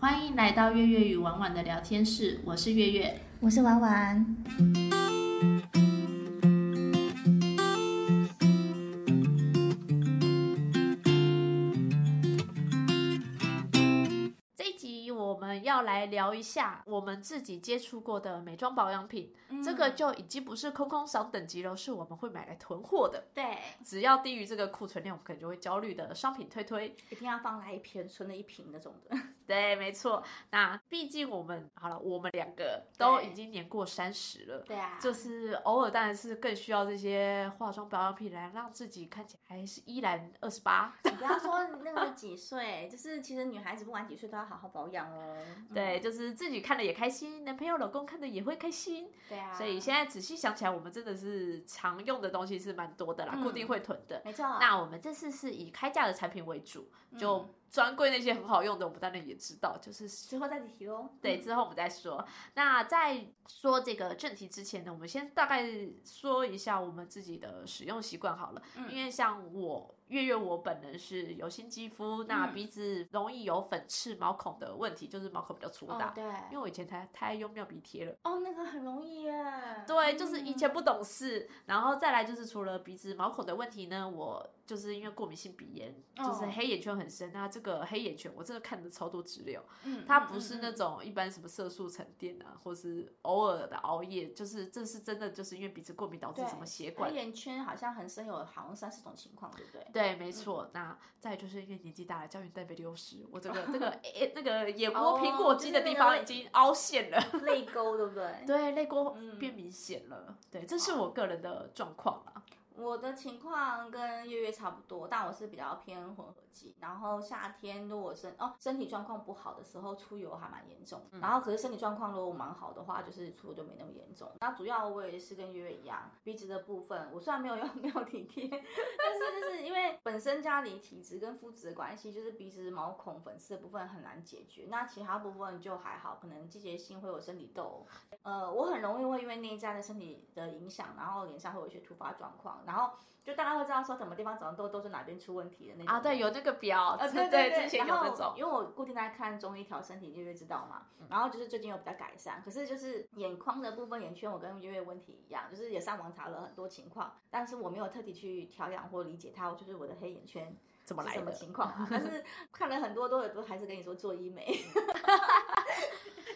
欢迎来到月月与婉婉的聊天室，我是月月。我是婉婉。这一集我们要来聊一下我们自己接触过的美妆保养品，这个就已经不是空空赏等级了，是我们会买来囤货的。对，只要低于这个库存量，我们可能就会焦虑的商品推推。一定要放来一瓶，存了一瓶那种的。对，没错。那毕竟我们好了，我们两个都已经年过三十了，对 啊，就是偶尔当然是更需要这些化妆保养品来让自己看起来还是依然二十八。 你不要说那个几岁， 就是其实女孩子不管几岁都要好好保养哦。对，嗯就是自己看了也开心，男朋友、老公看的也会开心。对啊，所以现在仔细想起来，我们真的是常用的东西是蛮多的啦，嗯固定会囤的。没错，那我们这次是以开价的产品为主，就嗯专柜那些很好用的，我们当然也知道，就是之后再提嗯喽。对，之后我们再说。那在说这个正题之前呢，我们先大概说一下我们自己的使用习惯好了。嗯因为像我月月，我本人是油性肌肤，那嗯鼻子容易有粉刺、毛孔的问题，就是毛孔比较粗嗯，大。哦对因，为我以前太太爱用妙鼻贴了。哦，那个很容易耶。对，就是以前嗯不懂事，然后再来就是除了鼻子毛孔的问题呢，我就是因为过敏性鼻炎，就是哦黑眼圈很深。那这个黑眼圈我真的看的超多直流，嗯它嗯不是嗯那嗯种一般什么色素沉淀啊，或是偶尔的熬夜，就是这是真的，就是因为鼻子过敏导致对什么血管黑。眼圈好像很深，有好像三四种情况，对不对？对，没嗯错。那再来就是因为年纪大了，胶原蛋白流失，我这个 这个诶、那个眼窝苹果肌的哦地就是那方个已经凹陷了，泪沟，对不 对？对，泪沟嗯变明显了。对，这是我个人的状况啦。我的情况跟月月差不多，但我是比较偏混合肌。然后夏天如果身哦身体状况不好的时候，出油还蛮严重。然后可是身体状况如果蛮好的话，就是出油就没那么严重。那主要我也是跟月月一样，鼻子的部分我虽然没有用 没有体贴，但是就是因为本身家里体质跟肤质的关系，就是鼻子毛孔粉刺的部分很难解决。那其他部分就还好，可能季节性会有生理痘，呃，我很容易会因为内在的身体的影响，然后脸上会有一些突发状况，然后就大家会知道说什么地方长痘痘是哪边出问题的那种啊，对，有那个表，呃，对对对对，之前有然后那种。因为我固定在看中医调身体，月月知道嘛。然后就是最近有比较改善，可是就是眼眶的部分、眼圈，我跟月月问题一样，就是也上网查了很多情况，但是我没有特地去调养或理解它，就是我的黑眼圈怎么是来什么的？情况啊。但是看了很多都有都还是跟你说做医美，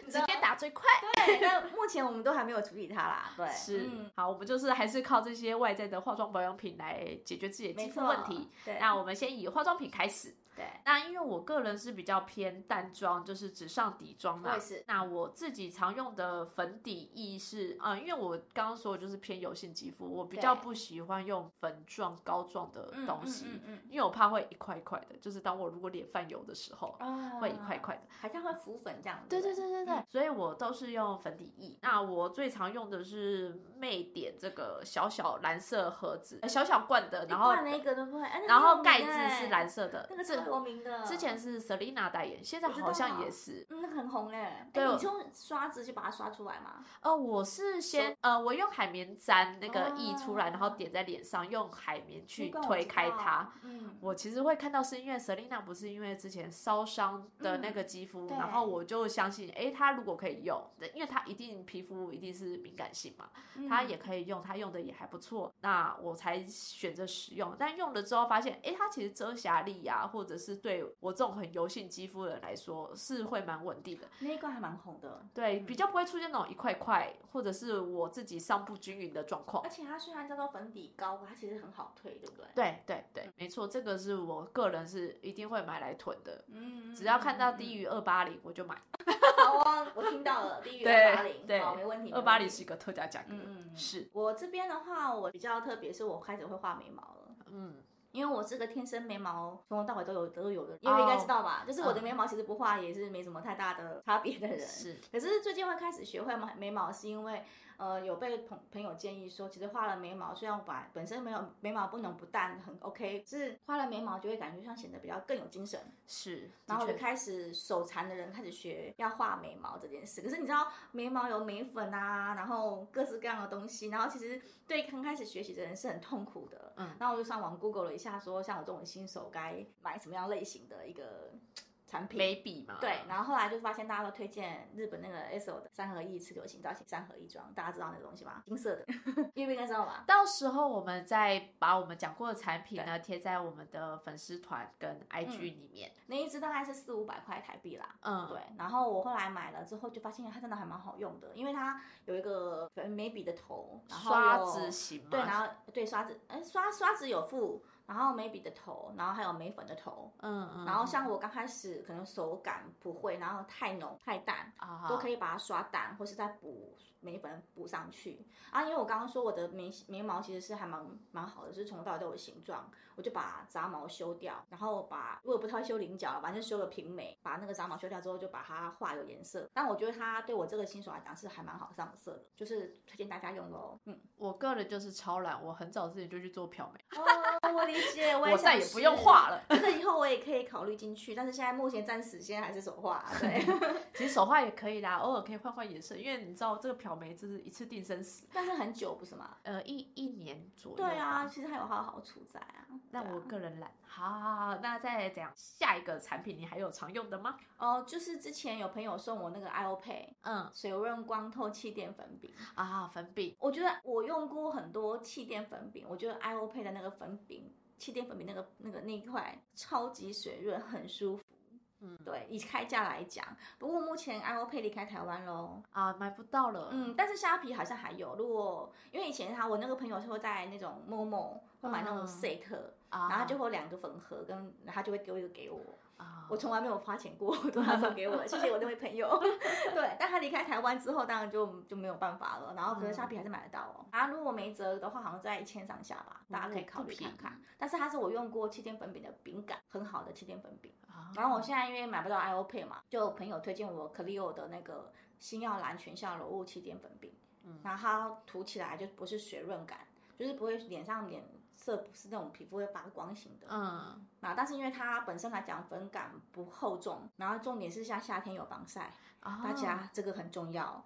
直接打最快对，但目前我们都还没有处理它啦。对，是、嗯，好，我们就是还是靠这些外在的化妆保养品来解决自己的没肌肤错，问题。对，那我们先以化妆品开始。对，那因为我个人是比较偏淡妆，就是只上底妆我啦也是。那我自己常用的粉底液是，嗯、因为我刚刚说的就是偏油性肌肤，我比较对不喜欢用粉状、膏状的嗯东西，嗯嗯嗯因为我怕会一块一块的，就是当我如果脸泛油的时候，啊会一块一块的。好像会浮粉这样。对对对不对对对，嗯所以我都是用粉底液。那我最常用的是魅点这个小小蓝色盒子，呃小小罐的，然后换了一个对不对？哎那个然后有名盖子哎是蓝色的，那个这超有名的，之前是 Selina 代言，现在我知好像道也是。嗯，那个很红哎。对哎，我你是用刷子去把它刷出来吗？呃，我是先呃，我用海绵粘那个液出来，哦然后点在脸上，用海绵去那罐我推知开道它。。嗯，我其实会看到是因为 Selina 不是因为之前烧伤的那个肌肤，嗯对然后我就相信，诶，她如果可以用，因为她一定皮肤一定是敏感性嘛，嗯它也可以用，它用的也还不错，那我才选择使用。但用了之后发现，诶，它其实遮瑕力呀、或者是对我这种很油性肌肤的人来说，是会蛮稳定的。嗯那一罐还蛮红的。对，嗯比较不会出现那种一块块，或者是我自己上不均匀的状况而。且它虽然叫做粉底膏，它其实很好推，对不对？对对对，嗯没错，这个是我个人是一定会买来囤的，嗯，只要看到低于于二八零我就买。好啊，我听到了，低于对二八零，对好，没问题。二没八问零题是一个特价价格，嗯嗯，是，我这边的话，我比较特别，是我开始会画眉毛了。嗯，因为我是个天生眉毛从头到尾都有都有的人，因为应该知道吧就是我的眉毛其实不画也是没什么太大的差别的人。是，可嗯是最近会开始学会眉眉毛，是因为呃有被朋朋友建议说，其实画了眉毛，虽然我把本身没有眉毛不浓不淡很 OK，是画了眉毛就会感觉上显得比较更有精神。是，然后我的就确开始手残的人开始学要画眉毛这件事。可是你知道眉毛有眉粉啊，然后各式各样的东西，然后其实对刚开始学习的人是很痛苦的。嗯然后我就上网 Google 了一下说像我这种新手该买什么样类型的一个产品。眉笔嗯嘛，对，然后后来就发现大家都推荐日本那个 S O 的三合一持久型造型三合一装，大家知道那个东西吗？金色的， 月饼应该知道吧？到时候我们再把我们讲过的产品呢贴在我们的粉丝团跟 IG 里面。那一支大概是四五百块台币啦。嗯，嗯对，然后我后来买了之后就发现它真的还蛮好用的，因为它有一个呃眉笔的头，然后刷有子型嘛，哦对，然后对刷子，哎，刷刷子有附，然后眉笔的头，然后还有眉粉的头，嗯嗯，然后像我刚开始可能手感不会，然后太浓太淡，啊都可以把它刷淡，或是再补眉粉补上去啊。因为我刚刚说我的眉眉毛其实是还蛮蛮好的，就是从头到尾都有形状，我就把杂毛修掉，然后把我也不太会修菱角，反正修个平眉，把那个杂毛修掉之后就把它画有颜色。但我觉得它对我这个新手来讲是还蛮好上色的，就是推荐大家用喽。嗯，我个人就是超懒，我很早之前就去做漂眉，哦，我理解，我我再也不用画了。了。 这个以后我也可以考虑进去，但是现在目前暂时先还是手画。对，其实手画也可以啦，偶尔可以换换颜色，因为你知道这个漂眉就是一次定生死，但是很久不是吗？呃，一一年左右。对啊，，其实还有它的好处在啊。那对啊我个人懒。好好好，那再讲下一个产品，你还有常用的吗？哦，就是之前有朋友送我那个 IOPay 嗯水润光透气垫粉饼，啊，粉饼我觉得我用过很多气垫粉饼，我觉得 IOPay 的那个粉饼。气垫粉饼那个那个那一块超级水润，很舒服。嗯对，以开价来讲，不过目前 IOPay 离开台湾喽。啊，买不到了。嗯，但是虾皮好像还有，如果因为以前他我那个朋友是会在那种 Momo 会买那种嗯 set，、啊，然后他就会有两个粉盒，跟然后他就会丢一个给我，啊我，从来没有花钱过， 都他送给我，谢谢我那位朋友。对，但他离开台湾之后，当然就就没有办法了。然后可是嗯虾皮还是买得到哦。啊，如果没折的话，好像在一千上下吧，大家哦可以考虑看看。但是它是我用过气垫粉饼的饼感，很好的气垫粉饼。啊然后我现在因为买不到 IOP 嘛，就有朋友推荐我 Clio 的那个星耀蓝全效柔雾气垫粉饼，嗯然后它涂起来就不是水润感，就是不会脸上脸色不是那种皮肤会发光型的，嗯，啊，但是因为它本身来讲粉感不厚重，然后重点是像夏天有防晒，啊大家这个很重要。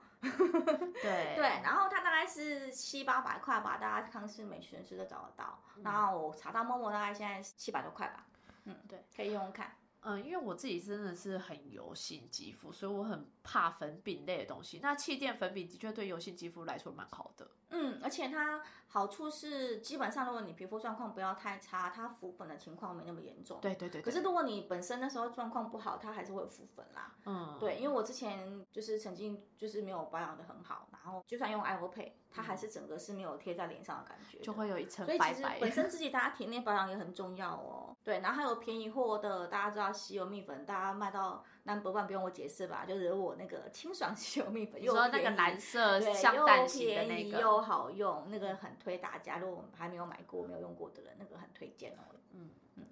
对对，然后它大概是七八百块吧，大家康师美、全师都找得到。嗯然后我查到陌陌大概现在七百多块吧，嗯，对，可以用用看。嗯，因为我自己真的是很油性肌肤，所以我很怕粉饼类的东西。那气垫粉饼的确对油性肌肤来说蛮好的。嗯，而且它好处是，基本上如果你皮肤状况不要太差，它浮粉的情况没那么严重。。对对对可是如果你本身那时候状况不好，它还是会浮粉啦。嗯，对，因为我之前就是曾经就是没有保养的很好，然后就算用 Apple Pay，它还是整个是没有贴在脸上的感觉的，嗯就会有一层所以白其实白。本 身自己大家体内保养也很重要哦。对，然后还有便宜货的，大家知道稀有蜜粉，大家卖到 number one 不用我解释吧，就是我那个清爽稀有蜜粉，你又说那个便宜蓝色对像又蛋型的便那宜个，嗯又好用，那个很推大家。如果还没有买过、没有用过的人，那个很推荐哦。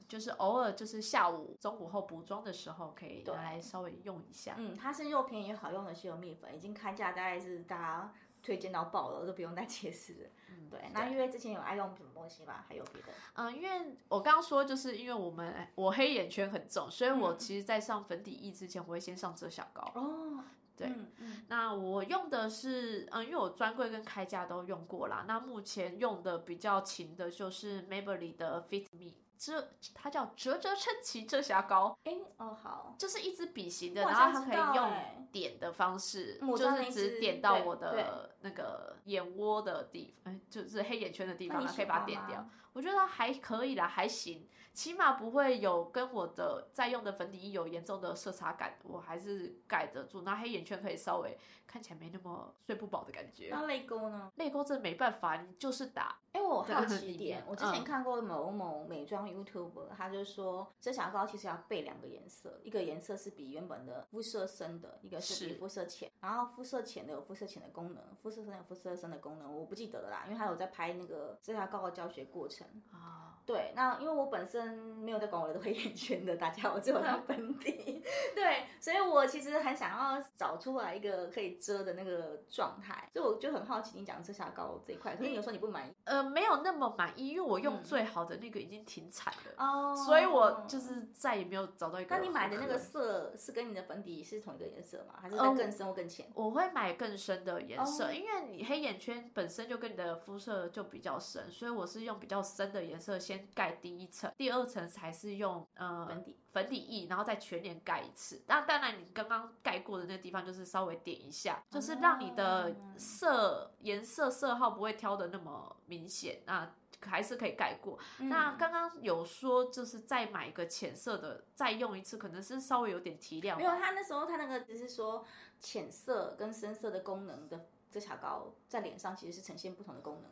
就是偶尔就是下午、中午后补妆的时候可以对拿来稍微用一下。嗯，它是又便宜又好用的稀有蜜粉，已经开价大概是大家推荐到爆了，都不用再解释了。对，啊那因为之前有爱用什么东西吧，还有别的，嗯，因为我刚刚说，就是因为我们我黑眼圈很重，所以我嗯其实，在上粉底液之前，我会先上遮瑕膏。哦，对嗯嗯那我用的是，嗯，因为我专柜跟开架都用过啦。那目前用的比较勤的就是 Maybelline 的 Fit Me，遮它叫折折撑起遮瑕膏，哎、哦好，就是一支笔型的，我然好后它像可知道以欸用点的方式，嗯我知就道那是一只支点到对我对的那个眼窝的地方，哎就是黑眼圈的地那方，你它可以喜把它欢点掉吗。？我觉得还可以啦，还行，起码不会有跟我的在用的粉底液有严重的色差感，我还是盖得住。那黑眼圈可以稍微看起来没那么睡不饱的感觉。那泪沟呢？泪沟真的没办法，你就是打，哎、我这好个很奇里点面，我之前嗯看过某某美妆 YouTube，他就说遮瑕膏其实要备两个颜色，一个颜色是比原本的肤色深的，一个是比是肤色浅。然后肤色浅的有肤色浅的功能，肤色深有肤色深的功能，我不记得了啦，因为他有在拍那个遮瑕膏的教学过程。啊、对，那因为我本身没有在管我的 黑眼圈的，大家我只有嗯上粉底，对，所以我其实很想要找出来一个可以遮的那个状态，所以我就很好奇你讲遮瑕膏这一块，可是有时候你不满意呃，没有那么满意，因为我用嗯最好的那个已经停产了，哦所以我就。是再也没有找到一那个合适。你买的那个色是跟你的粉底是同一个颜色吗？还是哦在更深或更浅？我会买更深的颜色，哦因为你黑眼圈本身就跟你的肤色就比较深，所以我是用比较深的颜色先盖第一层，第二层才是用呃粉底粉底液，然后再全脸盖一次。那当然，你刚刚盖过的那个地方就是稍微点一下，就是让你的啊色颜色色号不会挑的那么明显，那还是可以盖过。嗯那刚刚有说就是再买一个浅色的，再用一次，可能是稍微有点提亮没有，吧。他那时候他那个只是说浅色跟深色的功能的遮瑕膏在脸上其实是呈现不同的功能的。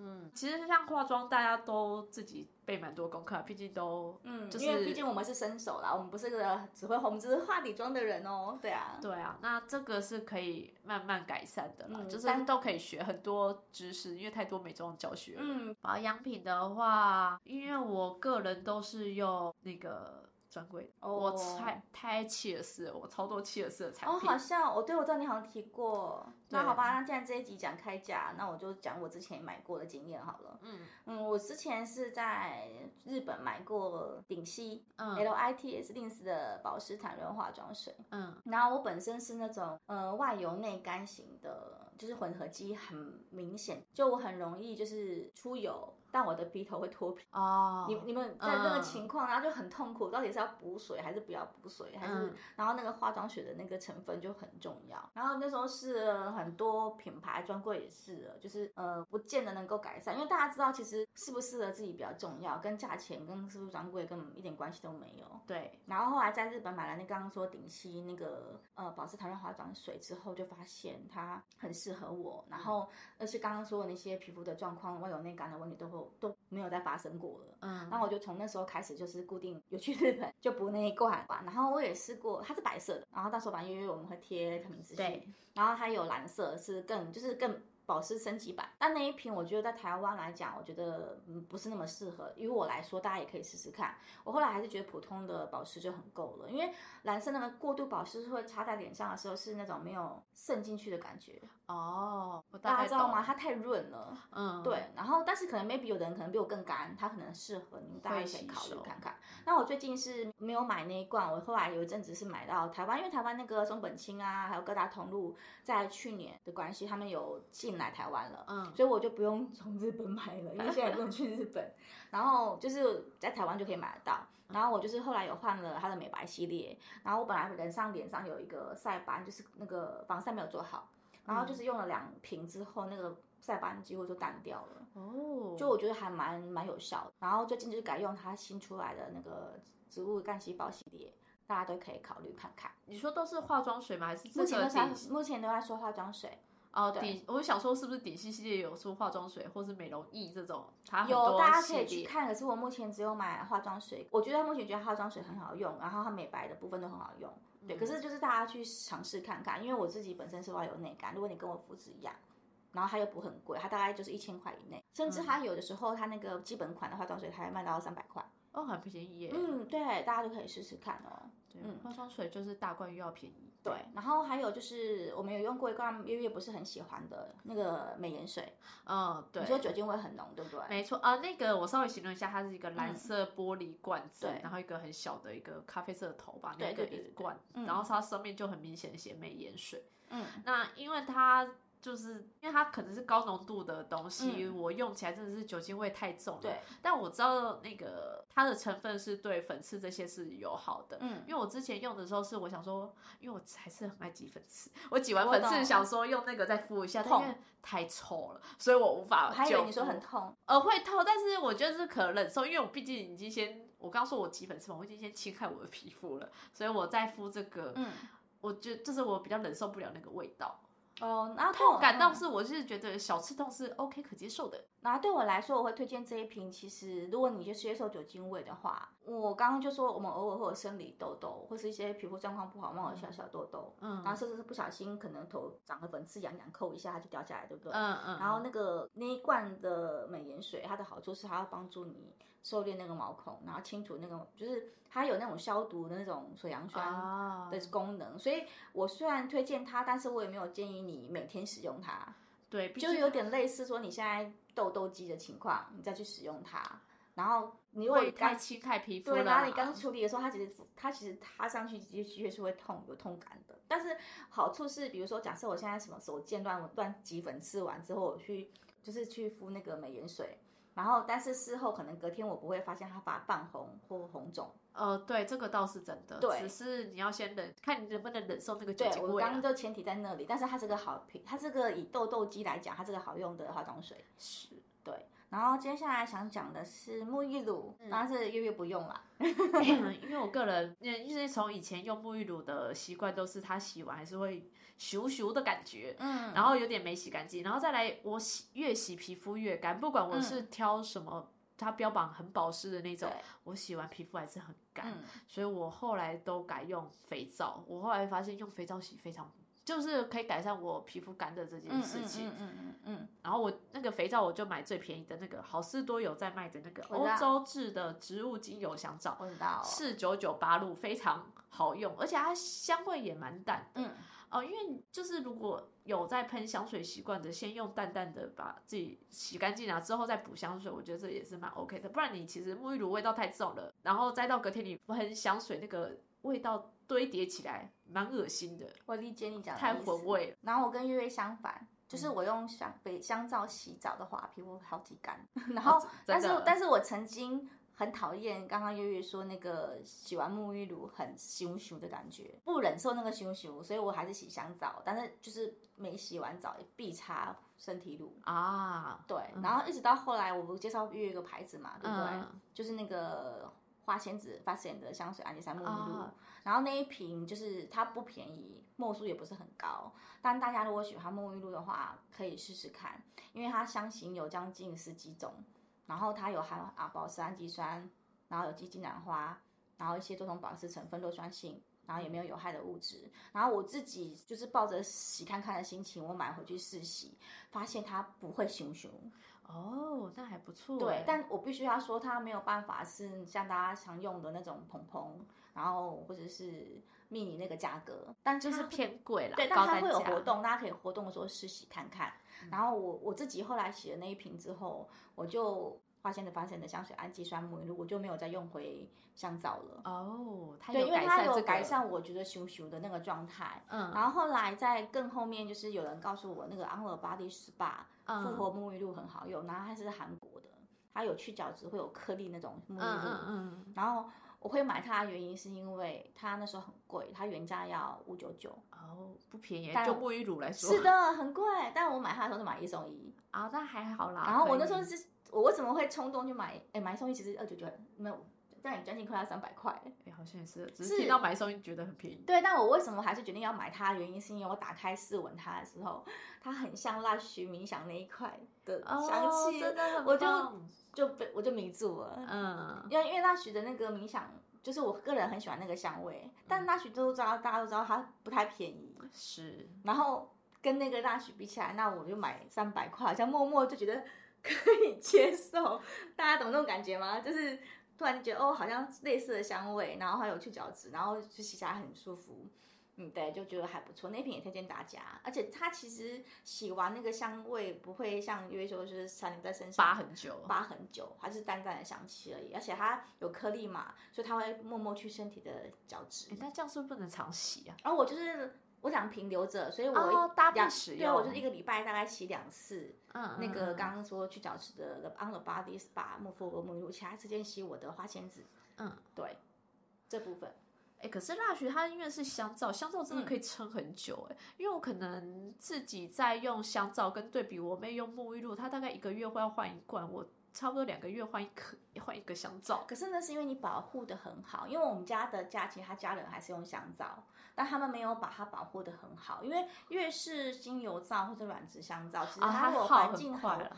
嗯，其实像化妆，大家都自己备蛮多功课，啊毕竟都嗯，就是因为毕竟我们是新手啦，我们不是个只会红只是化底妆的人哦。对啊，对啊，那这个是可以慢慢改善的啦，嗯就是但都可以学很多知识，因为太多美妆教学了。嗯，保养品的话，因为我个人都是用那个专柜的哦我太太 cheers，了我超多 cheers 的产哦，品。好像我对我知道你好像提过。那对好吧，那既然这一集讲开价，那我就讲我之前买过的经验好了。嗯嗯，我之前是在日本买过顶溪、嗯 LITS Lins 的保湿弹润化妆水，嗯然后我本身是那种呃外油内干型的，就是混合肌很明显，就我很容易就是出油，但我的鼻头会脱皮。哦，你你们在这个嗯情况，然后就很痛苦，到底是要补水还是不要补水，还是、嗯然后那个化妆水的那个成分就很重要。然后那时候试了很多品牌专柜也试了，就是呃不见得能够改善，因为大家知道其实适不适合自己比较重要，跟价钱跟是不是专柜根本一点关系都没有。对，然后后来在日本买了那刚刚说顶溪那个呃保湿弹润化妆水之后，就发现它很适合我。然嗯后而且刚刚说的那些皮肤的状况、外有内感的问题都会都没有再发生过了。嗯，然后我就从那时候开始就是固定有去日本就补那一罐吧。然后我也试过，它是白色的，然后到时候吧，因为我们会贴他们资讯对，，然后它有蓝色是更就是更。保湿升级版，但那一瓶我觉得在台湾来讲，我觉得嗯不是那么适合。于我来说，大家也可以试试看。我后来还是觉得普通的保湿就很够了，因为蓝色那个过度保湿是会擦在脸上的时候是那种没有渗进去的感觉，哦，我大大家概知道懂吗？？它太润了。嗯，对，然后但是可能 maybe 有的人可能比我更干，他可能适合你，大家会也可以吸考虑收看看。那我最近是没有买那一罐，我后来有一阵子是买到台湾，因为台湾那个松本清啊，还有各大同路，在去年的关系，他们有进来台湾了。嗯，所以我就不用从日本买了，因为现在也不能去日 本。然后就是在台湾就可以买得到。嗯然后我就是后来有换了它的美白系列，然后我本来人上脸上有一个晒斑，就是那个防晒没有做好，然嗯后就是用了两瓶之后，那个晒斑几乎就淡掉了。哦，就我觉得还蛮蛮有效的。然后最近就是改用它新出来的那个植物干细胞系列，大家都可以考虑看看。你说都是化妆水吗？还是这目前个都在底目前都在说化妆水，哦对底？我想说是不是底系系列有出化妆水或是美容液这种？它很有多大家系可以去列看。可是我目前只有买化妆水，我觉得目前觉得化妆水很好用，然后它美白的部分都很好用。对，可嗯是就是大家去尝试看看，因为我自己本身是外有内感，如果你跟我肤质一样。然后它又不很贵，它大概就是一千块以内，甚至嗯它有的时候它那个基本款的化妆水，它还卖到三百块。哦，很便宜耶。嗯，对，大家都可以试试看哦。对，化妆水就是大罐又要便宜。对，然后还有就是我们有用过一罐月月不是很喜欢的那个美颜水，嗯，对你，说酒精味很浓，对不对？嗯没错啊、呃那个我稍微形容一下，它是一个蓝色玻璃罐子，对然后一个很小的一个咖啡色的头吧，对那个对对一对罐，嗯然后它上面就很明显地写美眼水。嗯，那因为它就是因为它可能是高浓度的东西，嗯我用起来真的是酒精味太重了。对，但我知道那个它的成分是对粉刺这些是友好的。嗯因为我之前用的时候是我想说，因为我还是很爱挤粉刺，我挤完我粉懂刺想说用那个再敷一下，但痛因为太臭了，所以我无法我就敷。还以为你说很痛，呃，会痛，但是我觉得是可忍受，因为我毕竟已经先，我刚说我挤粉刺嘛，我已经先侵害我的皮肤了，所以我再敷这个，嗯，我觉得就是我比较忍受不了那个味道，哦，然后对痛我感倒嗯是我是觉得小刺痛是 OK 可接受的，然后对我来说，我会推荐这一瓶。其实，如果你就是接受酒精味的话，我刚刚就说我们偶尔会有生理痘痘，或是一些皮肤状况不好，冒有小小痘痘，嗯然后甚至是不小心可能头长个粉刺，痒痒抠一下它就掉下来，对不对？嗯嗯，然后那个那一罐的美颜水，它的好处是它要帮助你收敛那个毛孔，然后清除那个就是它有那种消毒的那种水杨酸啊，的功能。所以我虽然推荐它，但是我也没有建议你每天使用它。对，毕就竟有点类似说你现在痘痘肌的情况，你再去使用它，然后你如果会太刚侵害皮肤对，了然啦，后你刚处理的时候，它其实它其实擦上去的确是会痛，有痛感的。但是好处是，比如说假设我现在什么手贱乱乱挤粉刺完之后，我去就是去敷那个美颜水。然后但是事后可能隔天我不会发现它发半红或红肿。呃，对，这个倒是真的，对只是你要先忍，看你能不能忍受那个酒对精我味刚啊刚。就前提在那里，但是它是个好品，它这个以痘痘肌来讲，它是个好用的化妆水。是，然后接下来想讲的是沐浴乳，当然是月月不用啦。 因为我个人，因为从以前用沐浴乳的习惯都是，它洗完还是会咻咻的感觉，嗯，然后有点没洗干净，然后再来我洗越洗皮肤越干，不管我是挑什么，它标榜很保湿的那种，嗯对我洗完皮肤还是很干，嗯所以我后来都改用肥皂。我后来发现用肥皂洗非常，就是可以改善我皮肤干的这件嗯事情。嗯嗯嗯嗯然后我那个肥皂我就买最便宜的那个好事多有在卖的那个我知欧道洲制的植物精油香皂嗯，，我知道。四九九八路非常好用，而且它香味也蛮淡的。嗯，哦，因为就是如果有在喷香水习惯的，先用淡淡的把自己洗干净啊，之后再补香水，我觉得这也是蛮 OK 的。不然你其实沐浴乳味道太重了，然后再到隔天你喷香水，那个味道堆叠起来，蛮恶心的，我理解你讲的太意思混味了。嗯然后我跟月月相反，就是我用香北香皂洗澡的话，皮肤超级 干。然后，但哦真是的但是我曾经很讨厌刚刚月月说那个洗完沐浴乳很咻咻的感觉，不忍受那个咻咻，所以我还是洗香皂，但是就是没洗完澡也必擦身体乳。啊。对，然后一直到后来，我不介绍月月一个牌子嘛，对不对？嗯就是那个花仙子发现的香水安洁山沐浴露，啊然后那一瓶就是它不便宜，墨数也不是很高，但大家如果喜欢沐浴露的话，可以试试看，因为它香型有将近十几种，然后它有含啊保湿氨基酸，然后有鸡精兰花，然后一些多种保湿成分、弱酸性。然后也没有有害的物质，然后我自己就是抱着洗看看的心情，我买回去试洗，发现它不会熊熊，哦，那还不错欸。对，但我必须要说，它没有办法是像大家常用的那种蓬蓬，然后或者是迷你那个价格，但就它是偏贵啦，对，但高它单会有价嗯活动，大家可以活动的时候试洗看看。然后我我自己后来洗了那一瓶之后，我就发现的发现的香水氨基酸沐浴露，我就没有再用回香皂了。哦，它对，有因为改它善这有个改善我觉得咻咻的那个状态。嗯然后后来在更后面，就是有人告诉我那个 On the Body Spa 复嗯活沐浴露很好用，然后它是韩国的，它有去角质会有颗粒那种沐浴露。嗯嗯嗯，然后我会买它的原因是因为它那时候很贵，它原价要五九九。哦，不便宜，但就沐浴乳来说是的，很贵，但我买它的时候是买一送一。啊，那还好啦。然后我可那时候以是，我为什么会冲动去买？哎，买一送一其实二九九没有，但你将近快要三百块。哎好像也是，只是是听到买送觉得很便宜。对，但我为什么还是决定要买它的原因，是因为我打开试闻它的时候，它很像蜡徐冥想那一块的香哦气，真的很我就棒就被我就迷住了。嗯，因为因为蜡许的那个冥想，就是我个人很喜欢那个香味，嗯但蜡许都知道，大家都知道它不太便宜，是然后跟那个蜡许比起来，那我就买三百块，好像默默就觉得可以接受，大家懂那种感觉吗？就是突然觉得哦，好像类似的香味，然后还有去角质，然后就洗起来很舒服。嗯，对，就觉得还不错，那瓶也推荐大家。而且它其实洗完那个香味不会像约说就是残留在身上，扒很久。扒很久，它是淡淡的香气而已，而且它有颗粒嘛，所以它会默默去身体的角质哎。那这样是不是不能常洗啊？然后我就是我两瓶留着，所以我哦一搭配两使对，我就是用一个礼拜大概洗两次。嗯，那个嗯刚刚说去角质的 The On the Body Spa 木复和沐浴露，其他时间洗我的花仙子。嗯，对，这部分哎、可是蜡菊它因为是香皂，香皂真的嗯可以撑很久哎、因为我可能自己在用香皂跟对比我妹用沐浴露，她大概一个月会要换一罐，我差不多两个月换一颗换一个香皂。可是呢，是因为你保护的很好，因为我们家的假期，他家人还是用香皂，但他们没有把它保护的很好，因为越是精油皂或者软质香皂，其实啊它它如果耗环很境快好了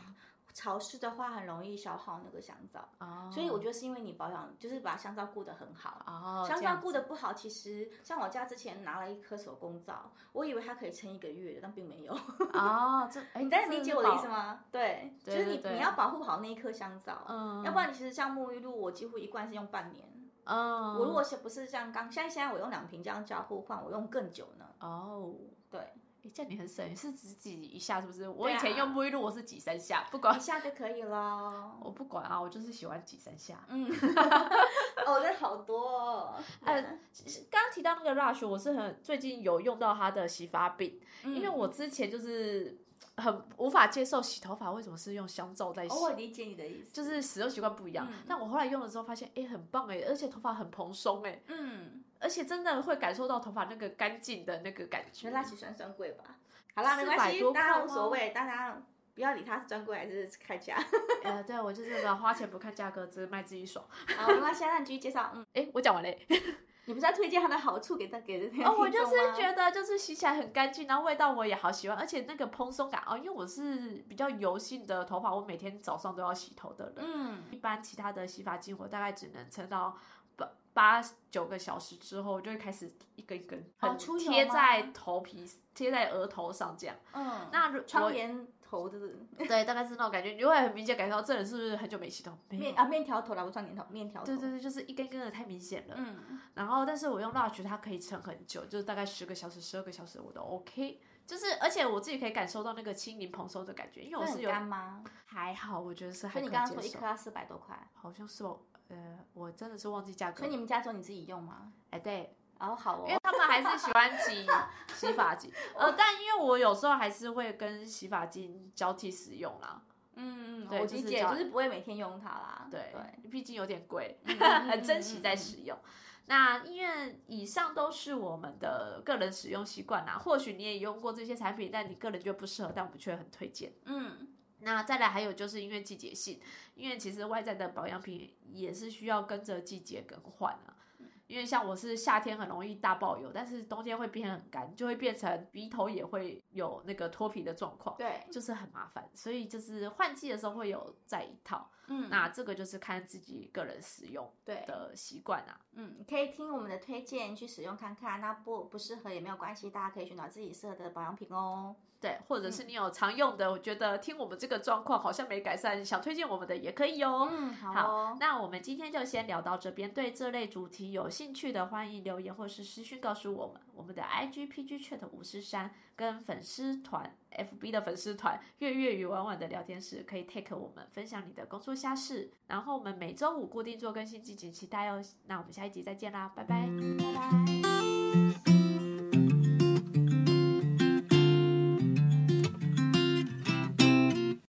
潮湿的话，很容易消耗那个香皂。哦所以我觉得是因为你保养，就是把香皂顾得很好。哦，香这皂样顾子得不好，其实像我家之前拿了一颗手工皂，我以为它可以撑一个月，但并 没有。哦，这 哎，你在这理解我很的意棒思？吗？对，对就是对你对你要保护好那一颗香皂，嗯，要不然其实像沐浴露，我几乎一罐是用半年。嗯，我如果是不是像刚现在现在我用两瓶这样交互换，我用更久呢？哦，对，诶这样你很省，你是只挤一下是不是？我对以前啊用沐浴露我是挤三下，不管一下就可以了。我不管啊，我就是喜欢挤三下。嗯，哦，这好多、 哦。呃，其实刚刚提到那个 Rush，我是很最近有用到它的洗发饼，嗯因为我之前就是很无法接受洗头发为什么是用香皂在洗，哦，我理解你的意思，就是使用习惯不一样。嗯但我后来用了之后发现，哎、很棒哎、而且头发很蓬松哎、嗯，而且真的会感受到头发那个干净的那个感觉。原来其实算专柜吧。好啦，没关400系多，大家块无吗所谓，大家不要理他是专柜还是开 价。呃，对我就是个花钱不看价格，只卖自己 爽。好，没关系，那你继续介绍。嗯，哎、我讲完嘞。你不是要推荐它的好处给大给这些哦，我听就众是吗觉得就是洗起来很干净，然后味道我也好喜欢，而且那个蓬松感哦，因为我是比较油性的头发，我每天早上都要洗头的人。嗯一般其他的洗发精我大概只能撑到八八九个小时之后，就会开始一根一根哦很出油贴吗在头皮、贴在额头上这样。嗯，那 如窗我帘头的对，大概是那种感觉，你就会很明显感受到这人是不是很久没洗头？没有面。啊面条头啦，不窗帘头，面条头。对对对，就是一根一根的太明显了。嗯，然后，但是我用 Lush 它可以撑很久，就是大概十个小时、十二个小时我都 OK。就是，而且我自己可以感受到那个轻盈蓬松的感觉，因为我那是很有干吗？还好，我觉得是还所以可你刚刚说接一受颗要四百多块，好像是我，呃，我真的是忘记价格所了。以你们家只有你自己用吗？哎，对，哦，好因为哦，他们还是喜欢 挤洗发精，呃，但因为我有时候还是会跟洗发精交替使用啦，嗯嗯，对我就理是解，这样就是不会每天用它啦。对对，，毕竟有点贵，嗯嗯 很珍嗯惜嗯在嗯使用。那因为以上都是我们的个人使用习惯啦，或许你也用过这些产品，但你个人觉得不适合，但我们却很推荐。嗯，那再来还有就是因为季节性，因为其实外在的保养品也是需要跟着季节更换啊。嗯因为像我是夏天很容易大爆油，但是冬天会变很干，就会变成鼻头也会有那个脱皮的状况，对，就是很麻烦。所以就是换季的时候会有再一套，嗯，那这个就是看自己个人使用对，的习惯啊。嗯，可以听我们的推荐去使用看看，那不不适合也没有关系，大家可以寻找自己适合的保养品哦。对，或者是你有常用的，我觉得听我们这个状况好像没改善，想推荐我们的也可以哦。嗯，好好哦，那我们今天就先聊到这边。对这类主题有兴趣的，欢迎留言或是私讯告诉我们。我们的 IG PG Chat 五十三跟粉丝团 FB 的粉丝团月月与婉婉的聊天室，可以 take 我们分享你的工作虾事。然后我们每周五固定做更新，敬请期待哦。那我们下一集再见啦，拜拜。拜拜。